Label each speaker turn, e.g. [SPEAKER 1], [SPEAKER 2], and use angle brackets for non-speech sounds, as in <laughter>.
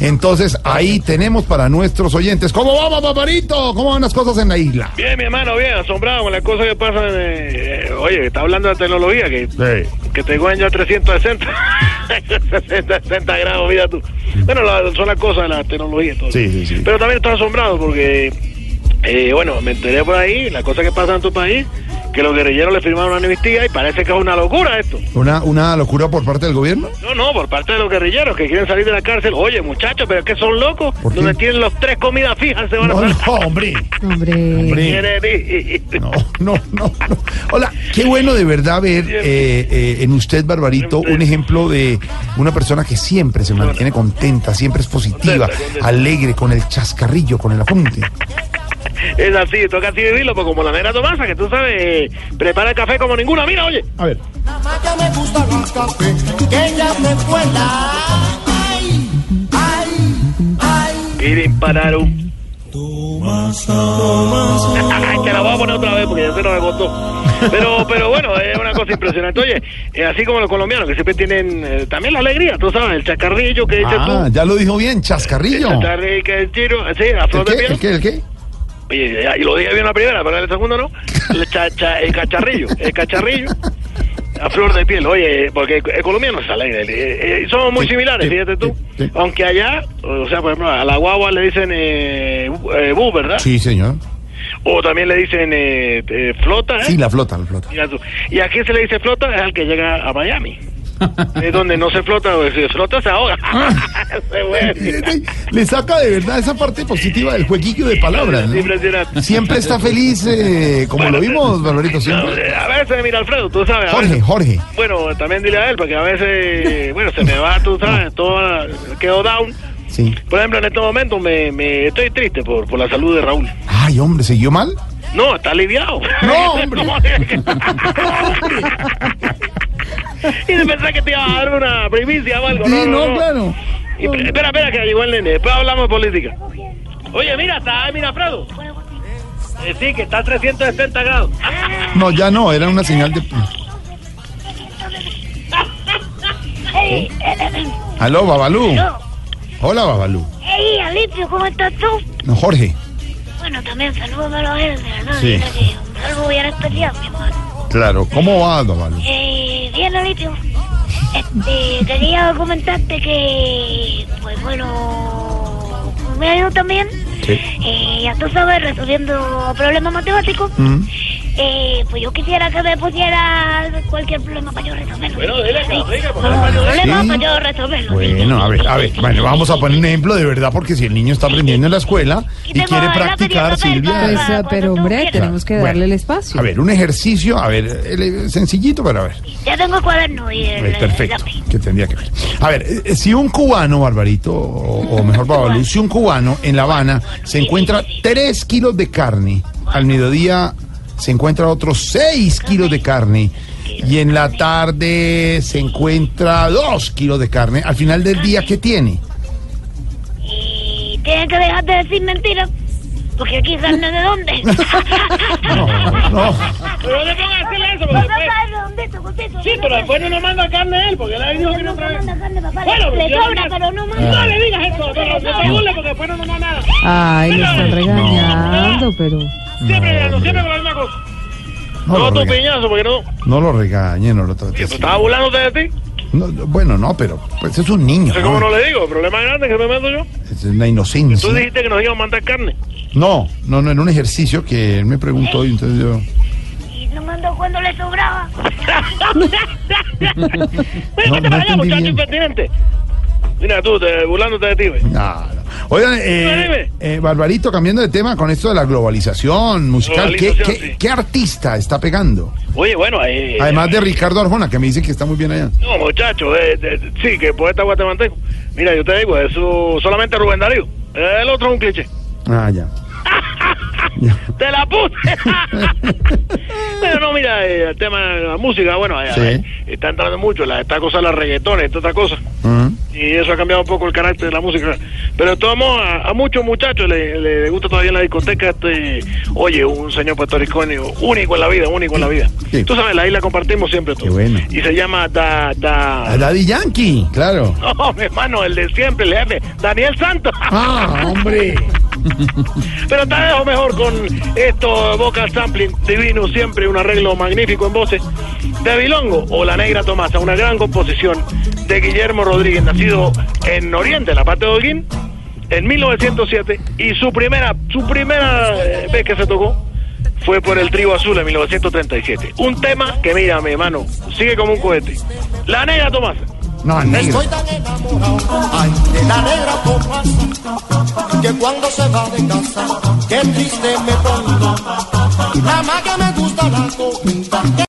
[SPEAKER 1] Entonces, ahí tenemos para nuestros oyentes. ¿Cómo vamos, paparito? ¿Cómo van las cosas en la isla?
[SPEAKER 2] Bien, mi hermano, bien, asombrado con las cosas que pasan. eh, eh, oye, que está hablando de tecnología, que,
[SPEAKER 1] Sí.
[SPEAKER 2] que te cogen ya 360, <laughs> 60, 60 grados, mira tú. Bueno, la- son las cosas de la tecnología. y todo.
[SPEAKER 1] Sí, sí, sí.
[SPEAKER 2] Pero también estoy asombrado porque, eh, bueno, me enteré por ahí, las cosas que pasan en tu país, que los guerrilleros le firmaron una amnistía y parece que es una locura esto.
[SPEAKER 1] ¿Una, una locura por parte del gobierno?
[SPEAKER 2] No, no, por parte de los guerrilleros que quieren salir de la cárcel. Oye, muchachos, pero es que son locos.
[SPEAKER 1] ¿Por qué?
[SPEAKER 2] Donde tienen los tres comidas fijas se van
[SPEAKER 1] No,
[SPEAKER 2] a
[SPEAKER 1] no, <laughs>
[SPEAKER 2] parar.
[SPEAKER 1] hombre.
[SPEAKER 3] Hombre,
[SPEAKER 1] hombre. No, no, no, no. Hola, qué bueno de verdad ver eh, eh, en usted, Barbarito, un ejemplo de una persona que siempre se mantiene contenta, siempre es positiva, alegre, con el chascarrillo, con el apunte.
[SPEAKER 2] Es así, toca así vivirlo, pues como la negra Tomasa, que tú sabes, eh, prepara el café como ninguna. Mira, oye.
[SPEAKER 1] A ver.
[SPEAKER 4] La maca me gusta más café, que ella me cuela. Ay, ay, ay.
[SPEAKER 2] Quieren parar un. <laughs> Ay, te la voy a poner otra vez porque ya se nos agotó. Pero, pero bueno, es una cosa impresionante. Oye, eh, así como los colombianos que siempre tienen eh, también la alegría, tú sabes, el chacarrillo que dices
[SPEAKER 1] Ah,
[SPEAKER 2] tú.
[SPEAKER 1] ya lo dijo bien, chascarrillo.
[SPEAKER 2] Está rica el chiro, sí, a
[SPEAKER 1] ¿El
[SPEAKER 2] flor de
[SPEAKER 1] qué?
[SPEAKER 2] piel.
[SPEAKER 1] ¿El qué? ¿El qué?
[SPEAKER 2] Oye, ya- y lo dije bien la primera, pero en el segundo no. El, cha- cha- el cacharrillo, el cacharrillo. A flor de piel, oye, porque el, el colombiano es alegre. eh, eh, somos muy
[SPEAKER 1] Sí,
[SPEAKER 2] similares,
[SPEAKER 1] sí,
[SPEAKER 2] fíjate tú.
[SPEAKER 1] sí, sí.
[SPEAKER 2] Aunque allá, o sea, por ejemplo, a la guagua le dicen eh, bu- eh, bu, ¿verdad?
[SPEAKER 1] Sí, señor.
[SPEAKER 2] O también le dicen eh, eh, flota, ¿eh?
[SPEAKER 1] Sí, la flota, la flota.
[SPEAKER 2] Mira tú. Y aquí se le dice flota es al que llega a Miami. es donde no se flota, o si flota se ahoga. Se
[SPEAKER 1] Le,
[SPEAKER 2] muere.
[SPEAKER 1] le- le saca de verdad esa parte positiva del jueguillo de palabras. ¿no?
[SPEAKER 2] Impresionante.
[SPEAKER 1] Siempre está feliz, eh, como lo vimos, Barbarito,
[SPEAKER 2] No,
[SPEAKER 1] siempre.
[SPEAKER 2] eh, a veces, mira, Alfredo, tú sabes. a
[SPEAKER 1] Jorge,
[SPEAKER 2] veces-
[SPEAKER 1] Jorge.
[SPEAKER 2] Bueno, también dile a él, porque a
[SPEAKER 1] <laughs>
[SPEAKER 2] veces, bueno, se me va, tú sabes, toda, quedo down.
[SPEAKER 1] Sí.
[SPEAKER 2] Por ejemplo, en este momento me, me estoy triste por, por la salud de Raúl.
[SPEAKER 1] Ay, hombre, ¿siguió mal?
[SPEAKER 2] No, está aliviado. <laughs>
[SPEAKER 1] No, hombre.
[SPEAKER 2] y de pensar que te iba a dar una primicia o algo.
[SPEAKER 1] Sí, no, claro.
[SPEAKER 2] Y pre- espera, espera, que llegó el nene. Después hablamos de política. Oye, mira, está ahí, mira, Alfredo. Eh, sí, que está a 360 grados.
[SPEAKER 1] No, ya no, era una señal de.
[SPEAKER 5] Ey,
[SPEAKER 1] Aló, Babalú.
[SPEAKER 5] yo.
[SPEAKER 1] Hola, Babalú.
[SPEAKER 5] Ey, Alipio, ¿cómo estás tú?
[SPEAKER 1] No, Jorge.
[SPEAKER 5] Bueno, también saludos a los gente, ¿verdad?
[SPEAKER 1] Sí.
[SPEAKER 5] Mira que un saludo bien especial, mi hermano.
[SPEAKER 1] Claro, ¿cómo va, Babalú?
[SPEAKER 5] Eh, bien, Alipio. Este, quería comentarte que, pues bueno, me ha ido también.
[SPEAKER 1] Sí.
[SPEAKER 5] Eh, ya tú sabes, resolviendo problemas matemáticos.
[SPEAKER 1] Mm.
[SPEAKER 5] Eh, pues yo quisiera que me pusiera cualquier problema para yo resolverlo.
[SPEAKER 2] Bueno, dile que
[SPEAKER 5] Sí.
[SPEAKER 2] lo diga, porque
[SPEAKER 5] Como
[SPEAKER 2] es para yo-
[SPEAKER 5] problema
[SPEAKER 1] Sí.
[SPEAKER 5] para pues, yo resolverlo.
[SPEAKER 1] Bueno, a ver, a ver, bueno, vamos a poner un ejemplo de verdad, porque si el niño está aprendiendo en la escuela y
[SPEAKER 5] Quítame
[SPEAKER 1] quiere
[SPEAKER 5] la
[SPEAKER 1] practicar,
[SPEAKER 5] pelota,
[SPEAKER 1] Silvia.
[SPEAKER 3] pues,
[SPEAKER 5] papá.
[SPEAKER 3] ah, pero hombre, tenemos que darle
[SPEAKER 1] Bueno,
[SPEAKER 3] el espacio.
[SPEAKER 1] A ver, un ejercicio, a ver, el- sencillito, pero a ver.
[SPEAKER 5] Ya tengo el cuaderno y el,
[SPEAKER 1] Eh, Perfecto,
[SPEAKER 5] lápiz.
[SPEAKER 1] que tendría que ver. A ver, eh, eh, si un cubano, Barbarito, o, o mejor Babalú, si un cubano en La Habana se encuentra 3 kilos de carne, al mediodía se encuentra otros 6 kilos de carne, y en la tarde se encuentra 2 kilos de carne, al final del día, ¿qué tiene?
[SPEAKER 5] Y tienen que dejar de decir mentiras. Porque aquí carne de
[SPEAKER 2] <laughs>
[SPEAKER 5] dónde.
[SPEAKER 1] No, no.
[SPEAKER 2] Pero
[SPEAKER 5] <laughs>
[SPEAKER 2] no te pongas a decirle eso, porque
[SPEAKER 5] Papá,
[SPEAKER 2] después...
[SPEAKER 5] redondito, gordito,
[SPEAKER 2] Sí,
[SPEAKER 5] no
[SPEAKER 2] pero
[SPEAKER 5] sé.
[SPEAKER 2] después no nos manda carne a él, porque él dijo que no
[SPEAKER 5] No
[SPEAKER 2] trae.
[SPEAKER 5] manda carne, papá.
[SPEAKER 2] Bueno, pues
[SPEAKER 5] le
[SPEAKER 2] yo no-
[SPEAKER 5] sobra,
[SPEAKER 2] Ah.
[SPEAKER 5] pero no manda.
[SPEAKER 2] No le digas eso, pero no te burles, porque después no nos da nada.
[SPEAKER 3] Ay, lo están regañando, pero.
[SPEAKER 2] Siempre le
[SPEAKER 1] No,
[SPEAKER 2] gano, siempre con la misma cosa.
[SPEAKER 1] No pues. lo,
[SPEAKER 2] No, tu
[SPEAKER 1] rega-
[SPEAKER 2] piñazo, porque no.
[SPEAKER 1] no lo regañe, no lo trate así.
[SPEAKER 2] Estaba burlándote de ti.
[SPEAKER 1] No, no, bueno, no, pero pues es un niño.
[SPEAKER 2] No sé
[SPEAKER 1] ¿no?
[SPEAKER 2] cómo no le digo, el problema grande que me mando yo.
[SPEAKER 1] Es una
[SPEAKER 2] Tú
[SPEAKER 1] inocencia.
[SPEAKER 2] dijiste que nos iban a mandar carne.
[SPEAKER 1] No, no, no, en un ejercicio que él me preguntó y entonces yo...
[SPEAKER 5] Y no mandó cuando le sobraba.
[SPEAKER 2] Mira,
[SPEAKER 1] No,
[SPEAKER 2] vete
[SPEAKER 1] no
[SPEAKER 2] para allá,
[SPEAKER 1] entendí
[SPEAKER 2] muchacho
[SPEAKER 1] bien.
[SPEAKER 2] impertinente. Mira tú, te, burlándote de ti, güey.
[SPEAKER 1] Claro. "Ah, Oigan, eh, eh, Barbarito, cambiando de tema con esto de la globalización musical, ¿qué,
[SPEAKER 2] Globalización,
[SPEAKER 1] qué-
[SPEAKER 2] sí.
[SPEAKER 1] qué artista está pegando?
[SPEAKER 2] Oye, bueno, ahí. eh,
[SPEAKER 1] Además de Ricardo Arjona, que me dicen que está muy bien allá.
[SPEAKER 2] No, muchacho, eh, eh, sí, que poeta guatemalteco. Mira, yo te digo, eso solamente Rubén Darío. El otro es un cliché.
[SPEAKER 1] Ah, ya. Ya.
[SPEAKER 2] ¡Te la puse!
[SPEAKER 1] <laughs>
[SPEAKER 2] Pero no, mira, eh, el tema de la música, bueno, eh,
[SPEAKER 1] Sí.
[SPEAKER 2] eh, está entrando mucho, la, esta cosa de las reggaetones, esta otra cosa.
[SPEAKER 1] Ah,
[SPEAKER 2] Y eso ha cambiado un poco el carácter de la música. Pero de todos modos, a, a muchos muchachos le, le- le gusta todavía en la discoteca este, oye, un señor puertorriqueño único en la vida, único en la vida.
[SPEAKER 1] Sí.
[SPEAKER 2] Tú sabes, la isla compartimos siempre todo.
[SPEAKER 1] Qué bueno. Ah,
[SPEAKER 2] Y se llama Da...
[SPEAKER 1] A
[SPEAKER 2] da...
[SPEAKER 1] Daddy Yankee, claro.
[SPEAKER 2] <laughs> No, mi hermano, el de siempre, el jefe, Daniel Santos.
[SPEAKER 1] Ah, hombre.
[SPEAKER 2] <laughs> Pero te dejo mejor con esto vocal sampling divino, siempre un arreglo magnífico en voces de Bilongo o La Negra Tomasa, una gran composición de Guillermo Rodríguez, nacido en Oriente, en la parte de Holguín, en 1907 y su primera su primera eh, vez que se tocó fue por el Trigo Azul en 1937. Un tema que mira, mi hermano, sigue como un cohete. La Negra Tomasa.
[SPEAKER 1] No, negro.
[SPEAKER 4] Estoy tan enamorado, ay, de la negra pomasa, que cuando se va de casa, qué triste me pongo. La más que me gusta la comida.